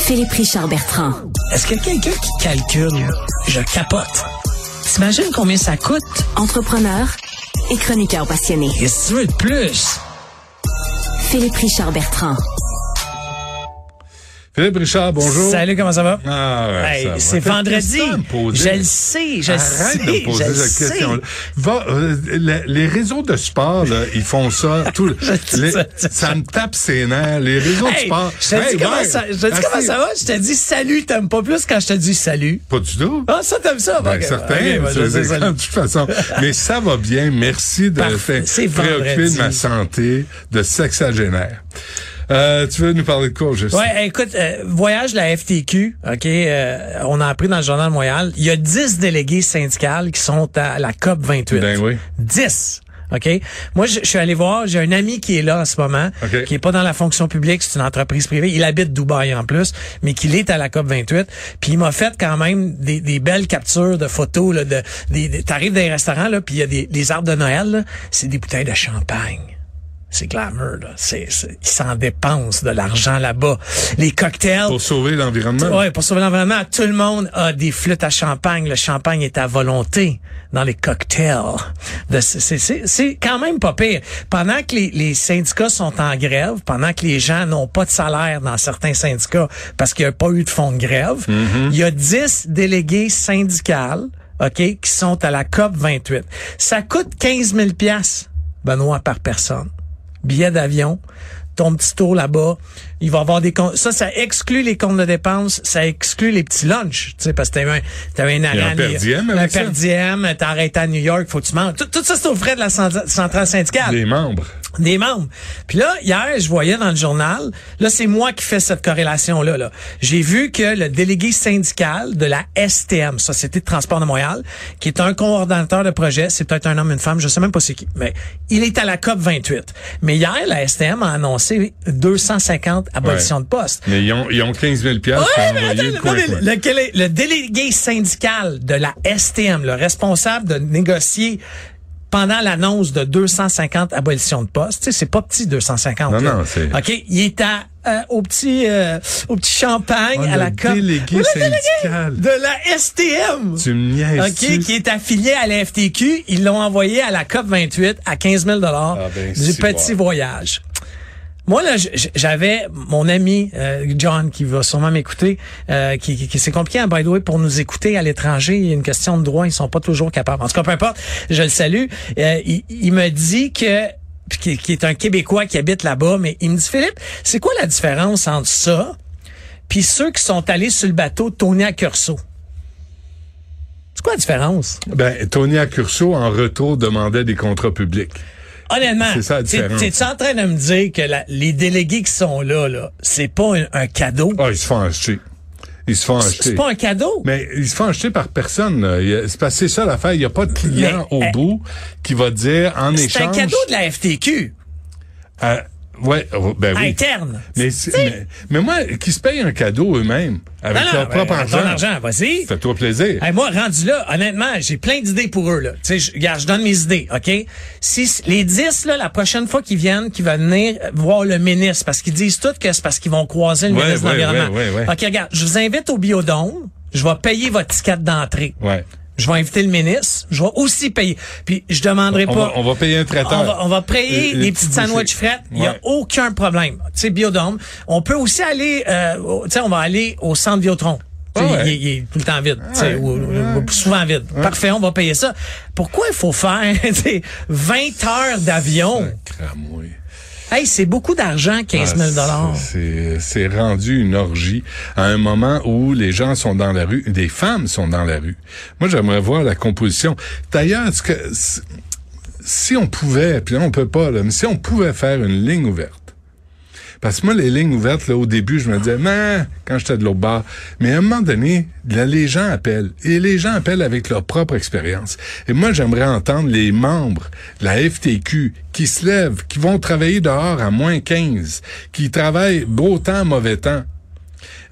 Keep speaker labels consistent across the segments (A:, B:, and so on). A: Philippe Richard Bertrand.
B: Est-ce que quelqu'un qui calcule, je capote. T'imagines combien ça coûte?
A: Entrepreneur et chroniqueur passionné.
B: Qu'est-ce que tu veux de plus?
A: Philippe Richard Bertrand.
C: Philippe Richard, bonjour.
B: Salut, comment ça va?
C: Ah, ouais,
B: Hey,
C: ça va.
B: c'est
C: Quelle
B: vendredi.
C: question à me poser?
B: Je le sais, je le sais.
C: Arrête de
B: je
C: poser
B: le
C: cette
B: sais.
C: question. Va, euh, le- les réseaux de sport, là, ils font ça. Tout, le-
B: dis
C: les-
B: ça,
C: ça,
B: je dis ça.
C: me tape ses nerfs. Les réseaux de
B: Hey,
C: sport.
B: je te
C: Hey, ben,
B: dis comment
C: Marc,
B: ça je te dis comment
C: assez.
B: ça va, je te dis salut, t'aimes pas plus quand je te dis salut.
C: Pas du tout.
B: Ah, ça, t'aimes ça?
C: Ben,
B: Ok,
C: certain,
B: ok, ben,
C: tu
B: je
C: veux
B: sais
C: dire,
B: salut.
C: de toute façon. Mais ça va bien. Merci de
B: Parfait.
C: te
B: C'est
C: préoccuper
B: vendredi.
C: de ma santé de sexagénaire. Euh, tu veux nous parler de quoi, Justin?
B: Ouais, écoute, euh, voyage de la FTQ, OK, euh, on a appris dans le journal de Montréal, il y a 10 délégués syndicales qui sont à la COP 28.
C: Ben oui.
B: 10. OK. Moi, je, je suis allé voir, j'ai un ami qui est là en ce moment,
C: OK.
B: qui est pas dans la fonction publique, c'est une entreprise privée. Il habite Dubaï en plus, mais qu'il est à la COP 28. Puis il m'a fait quand même des, des belles captures de photos. Là, de, des, des- T'arrives dans les restaurants, là, puis il y a des, les arbres de Noël, là, c'est des bouteilles de champagne. C'est glamour, là. C'est, c'est- ils s'en dépensent de l'argent là-bas. Les cocktails.
C: Pour sauver l'environnement.
B: Ouais, pour sauver l'environnement, tout le monde a des flûtes à champagne. Le champagne est à volonté dans les cocktails. De- c'est- c'est- C'est c'est quand même pas pire. Pendant que les, les syndicats sont en grève, pendant que les gens n'ont pas de salaire dans certains syndicats parce qu'il n'y a pas eu de fonds de grève, il y a 10 délégués syndicales, OK, qui sont à la COP 28. Ça coûte 15 000 piastres, Benoît, par personne billet d'avion, ton petit tour là-bas, il va avoir des comptes. Ça, ça exclut les comptes de dépenses, ça exclut les petits lunchs, tu sais, parce que t'avais un, t'avais un arrêt
C: un
B: à New-
C: per diem
B: un
C: avec ça.
B: per diem, t'as arrêté à New York, faut que tu manges. Tout, tout ça, c'est aux frais de la cent- centrale syndicale
C: Les membres.
B: des membres. Puis là, hier, je voyais dans le journal, là, c'est moi qui fais cette corrélation-là. Là. J'ai vu que le délégué syndical de la STM, Société de transport de Montréal, qui est un coordonnateur de projet, c'est peut-être un homme, une femme, je sais même pas c'est qui, mais il est à la COP 28. Mais hier, la STM a annoncé 250 abolitions de postes.
C: Mais ils ont, ils ont 15 000 piastres
B: Ouais,
C: pour
B: mais
C: envoyer
B: attends,
C: le
B: le- non,
C: coin,
B: mais
C: coin.
B: le- quel est- le délégué syndical de la STM, le responsable de négocier pendant l'annonce de 250 abolitions de postes, tu sais, c'est pas petit 250.
C: Non,
B: là.
C: non, c'est-
B: OK, il est à euh, au petit euh, au petit champagne
C: Ah,
B: à
C: le
B: la COP.
C: délégué
B: Oui, le délégué
C: syndical.
B: de la STM.
C: Tu me niaises.
B: OK, qui est affilié à la FTQ, ils l'ont envoyé à la COP 28 à 15 000 dollars
C: ben,
B: Ah, du
C: si,
B: petit
C: ouais.
B: voyage. Moi, là, j- j- j'avais mon ami euh, John qui va sûrement m'écouter, euh, qui, qui, qui- c'est compliqué, hein, by the way, pour nous écouter à l'étranger. Il y a une question de droit, ils sont pas toujours capables. En tout cas, peu importe, je le salue. Euh, il, il me dit que puis qui, qui est un Québécois qui habite là-bas, mais il me dit Philippe, c'est quoi la différence entre ça puis ceux qui sont allés sur le bateau Tony à Curso? C'est quoi la différence?
C: Ben, Tony Accurso, en retour, demandait des contrats publics.
B: Honnêtement,
C: C'est ça la
B: t'es-
C: différence.
B: t'es-tu en train de me dire que la- les délégués qui sont là, là, c'est pas un, un cadeau?
C: Ah, ils se font acheter. Ils se font
B: C'est c'est
C: acheter.
B: pas un cadeau?
C: Mais ils se font acheter par personne. là. Il y a- C'est parce que c'est ça l'affaire. Il n'y a pas de client
B: Mais,
C: au
B: euh,
C: bout qui va dire en
B: C'est un
C: échange.
B: cadeau de la FTQ,
C: à- ouais, oh, ben oui.
B: interne.
C: Mais, c'est- mais, mais moi, qui se paye un cadeau eux-mêmes avec
B: Non, non,
C: leur
B: ben,
C: propre
B: ton
C: argent,
B: argent, vas-y.
C: fais-toi plaisir.
B: Hey, moi, rendu là, honnêtement, j'ai plein d'idées pour eux. Là. Tu sais, Je, regarde, je donne mes idées, OK? Si c- les 10, là, la prochaine fois qu'ils viennent, qu'ils vont venir voir le ministre, parce qu'ils disent tout que c'est parce qu'ils vont croiser le
C: Ouais,
B: ministre
C: ouais,
B: de l'Environnement.
C: ouais, ouais, ouais.
B: OK, regarde, je vous invite au biodôme. Je vais payer votre ticket d'entrée.
C: Ouais.
B: Je vais inviter le ministre. Je vais aussi payer. Puis je demanderai
C: On
B: pas.
C: va, on va payer un traiteur.
B: On va, on va payer
C: Euh,
B: des
C: euh,
B: petits
C: petite
B: sandwichs
C: bouchée.
B: frettes. Il n'y a
C: Ouais.
B: aucun problème. Tu sais, biodôme. On peut aussi aller, euh, au- tu sais, on va aller au centre Biotron. Tu sais,
C: Ah ouais.
B: il, il est tout le temps vide, tu sais,
C: Ouais.
B: ou- ou- ou souvent vide. Parfait, on va payer ça. Pourquoi il faut faire tu sais, 20 heures d'avion?
C: Cramouille.
B: Hey, c'est beaucoup d'argent, 15 000
C: Ah, c'est- C'est c'est rendu une orgie à un moment où les gens sont dans la rue, des femmes sont dans la rue. Moi, j'aimerais voir la composition. D'ailleurs, ce que s- si on pouvait, puis là, on peut pas, là, mais si on pouvait faire une ligne ouverte. Parce que moi, les lignes ouvertes, là, au début, je me disais, mais quand j'étais de l'autre bord. Mais à un moment donné, là, les gens appellent. Et les gens appellent avec leur propre expérience. Et moi, j'aimerais entendre les membres de la FTQ qui se lèvent, qui vont travailler dehors à moins 15, qui travaillent beau temps, mauvais temps,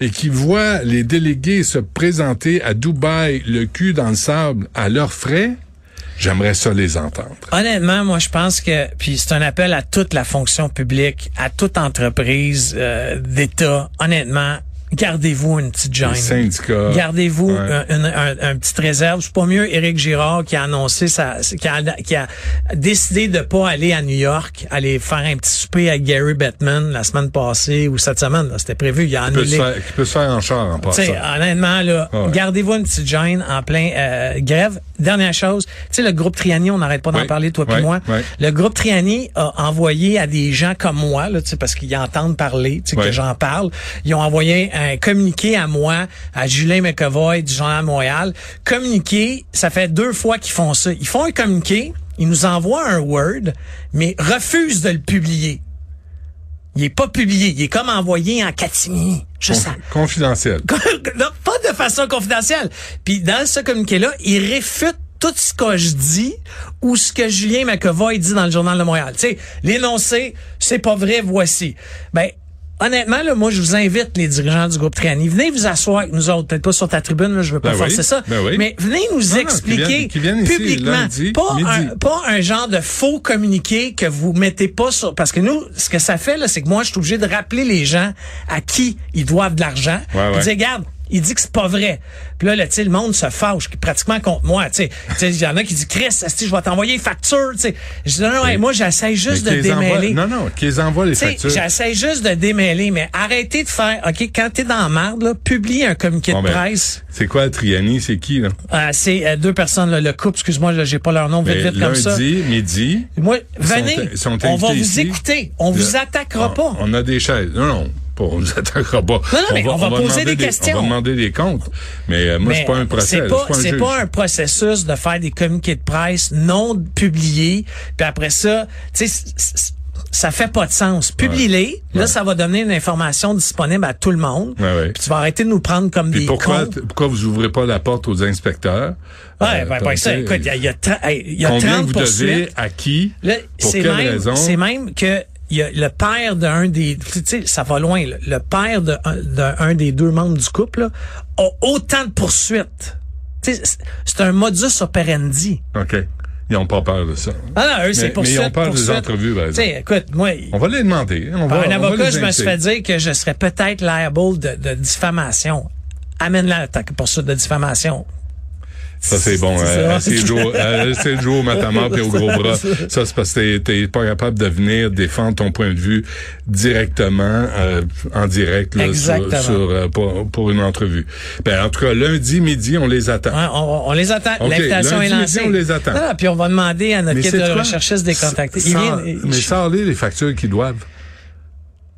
C: et qui voient les délégués se présenter à Dubaï, le cul dans le sable, à leurs frais. J'aimerais ça les entendre.
B: Honnêtement, moi, je pense que puis c'est un appel à toute la fonction publique, à toute entreprise euh, d'État. Honnêtement, gardez-vous une petite gêne.
C: Les syndicats.
B: Gardez-vous
C: Ouais.
B: un, une un- un petite réserve. C'est pas mieux Éric Girard qui a annoncé sa, qui a, qui a décidé de pas aller à New York, aller faire un petit souper à Gary Bettman la semaine passée ou cette semaine. là. C'était prévu. Il a
C: Qui peut, se
B: annulé.
C: faire, qui peut se faire en char en
B: Tu
C: passant.
B: sais, honnêtement, là,
C: Ah ouais.
B: gardez-vous une petite gêne en plein euh, grève. Dernière chose, tu sais, le groupe Triani, on n'arrête pas d'en
C: Oui,
B: parler, toi
C: oui,
B: puis moi.
C: oui.
B: Le groupe Triani a envoyé à des gens comme moi, là, tu sais, parce qu'ils entendent parler, tu sais, que
C: Oui.
B: j'en parle. Ils ont envoyé un communiqué à moi, à Julien McEvoy du Journal de Montréal. Communiqué, ça fait deux fois qu'ils font ça. Ils font un communiqué, ils nous envoient un Word, mais refusent de le publier. Il est pas publié, il est comme envoyé en catimini. Je
C: Conf-
B: sais.
C: Confidentiel.
B: Non, pas de façon confidentielle. Puis dans ce communiqué-là, il réfute tout ce que je dis ou ce que Julien McEvoy dit dans le Journal de Montréal. Tu sais, l'énoncé, c'est pas vrai, voici. Ben, honnêtement, là, moi, je vous invite, les dirigeants du groupe Triani, venez vous asseoir avec nous autres. Peut-être pas sur ta tribune, là, je veux pas
C: Ben oui,
B: forcer ça.
C: ben oui.
B: Mais venez nous
C: non,
B: expliquer
C: qu'ils viennent- qu'ils viennent ici
B: publiquement.
C: lundi,
B: pas, un,
C: midi.
B: pas un genre de faux communiqué que vous mettez pas sur... Parce que nous, ce que ça fait, là, c'est que moi, je suis obligé de rappeler les gens à qui ils doivent de l'argent.
C: Ouais,
B: Puis
C: ouais.
B: dire, regarde, il dit que c'est pas vrai. Puis là, là, tu sais, le monde se fâche qui est pratiquement contre moi. tu sais. Tu sais, Il y en a qui disent, Chris, esti, je vais t'envoyer une facture. tu sais. Je dis, non, non, hey, moi, j'essaie juste de
C: Mais qu'ils les envoient-
B: démêler.
C: Non, non, qu'ils envoient les
B: Tu sais,
C: factures.
B: J'essaie juste de démêler, mais arrêtez de faire, OK, quand t'es dans la marde, là, publie un communiqué
C: Bon,
B: de
C: ben,
B: presse.
C: C'est quoi Triani? C'est qui, là?
B: Euh, c'est euh, deux personnes, là, le couple, excuse-moi, là, j'ai pas leur nom, vite,
C: Ben,
B: vite comme ça.
C: lundi, midi.
B: Moi,
C: sont-
B: venez,
C: sont
B: on va
C: invités
B: vous
C: ici.
B: écouter, on vous
C: Là,
B: attaquera
C: on-
B: pas.
C: On a des chaises. Non, non. pas- On vous attaquera pas.
B: non, mais on va poser
C: demander
B: des questions.
C: On va demander des comptes. Mais euh, moi,
B: Mais
C: c'est pas un procès.
B: C'est
C: je
B: pas,
C: suis
B: c'est
C: juge.
B: pas un processus de faire des communiqués de presse non publiés. Puis après ça, tu sais, c- c- ça fait pas de sens. Publie-les. Là,
C: Ouais.
B: ça va donner une information disponible à tout le monde.
C: Ouais, ouais.
B: Puis tu vas arrêter de nous prendre comme
C: Puis
B: des
C: pourquoi,
B: cons.
C: pourquoi vous ouvrez pas la porte aux inspecteurs?
B: Ouais,
C: Euh,
B: ben,
C: comme
B: ben, ça,
C: ça,
B: écoute, il y a, il y a, tra- hey, il y a
C: Combien
B: 30
C: vous
B: poursuites.
C: devez, à qui,
B: Là,
C: pour
B: c'est
C: quelle raison?
B: même, c'est même que il y a le père d'un des, tu sais, ça va loin, là. le père d'un de, un des deux membres du couple là, a autant de poursuites. Tu sais, C'est c'est un modus operandi.
C: OK. Ils n'ont pas peur de ça.
B: Ah non, eux, c'est
C: Mais-
B: poursuite,
C: mais on parle des
B: poursuite.
C: entrevues, par
B: Tu sais, écoute, moi,
C: On va les demander. hein, On
B: par
C: va,
B: un
C: on va
B: avocat,
C: les
B: je me suis fait
C: inviter.
B: dire que je serais peut-être liable de, de diffamation. Amène-la, ta poursuite de diffamation.
C: Ça, c'est bon.
B: C'est
C: euh,
B: ça.
C: C'est le jour- euh, c'est le jour au matamor et au gros bras. Ça, c'est parce que t'es- t'es pas capable de venir défendre ton point de vue directement, euh, en direct, là, sur,
B: Exactement.
C: sur, euh, pour, pour une entrevue. Ben, en tout cas, lundi midi, on les attend.
B: Ouais, Hein, on, on les attend.
C: Ok,
B: L'invitation est
C: lundi midi,
B: lancée.
C: on les attend.
B: Ah, puis on va demander à notre
C: Mais
B: kit
C: c'est
B: de
C: quoi?
B: recherchiste de les contacter. Il
C: Sans-
B: vient- il-
C: mais
B: euh, je-
C: sans les, les factures qu'ils doivent.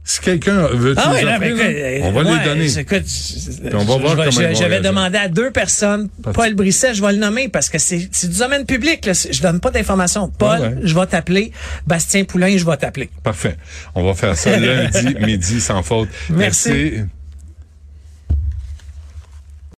C: Si quelqu'un veut
B: Ah
C: nous
B: oui, là,
C: offrir,
B: ben,
C: là,
B: écoute,
C: on va
B: moi,
C: les donner.
B: je- Écoute, je-
C: on va
B: je-
C: voir
B: je-
C: comment ils vont
B: je- J'avais
C: réagir.
B: demandé à deux personnes, Paul Brisset, je vais le nommer parce que c'est c'est du domaine public. Là. C'est- Je donne pas d'informations. Paul,
C: Ah ouais.
B: je vais t'appeler. Bastien Poulain, je vais t'appeler.
C: Parfait. On va faire ça lundi, midi, sans faute.
B: Merci.
C: Merci.